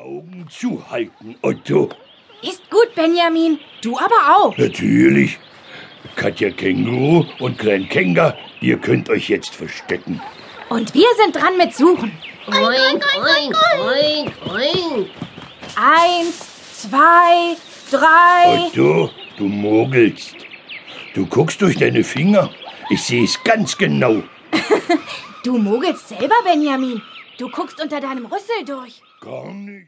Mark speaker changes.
Speaker 1: Augen zuhalten, Otto.
Speaker 2: Ist gut, Benjamin. Du aber auch.
Speaker 1: Natürlich. Katja Känguru und Klein Kenga, ihr könnt euch jetzt verstecken.
Speaker 2: Und wir sind dran mit Suchen.
Speaker 3: Oink, oink, oink, oink.
Speaker 2: Eins, zwei, drei.
Speaker 1: Otto, du mogelst. Du guckst durch deine Finger. Ich sehe es ganz genau.
Speaker 2: Du mogelst selber, Benjamin. Du guckst unter deinem Rüssel durch.
Speaker 1: Gar nicht.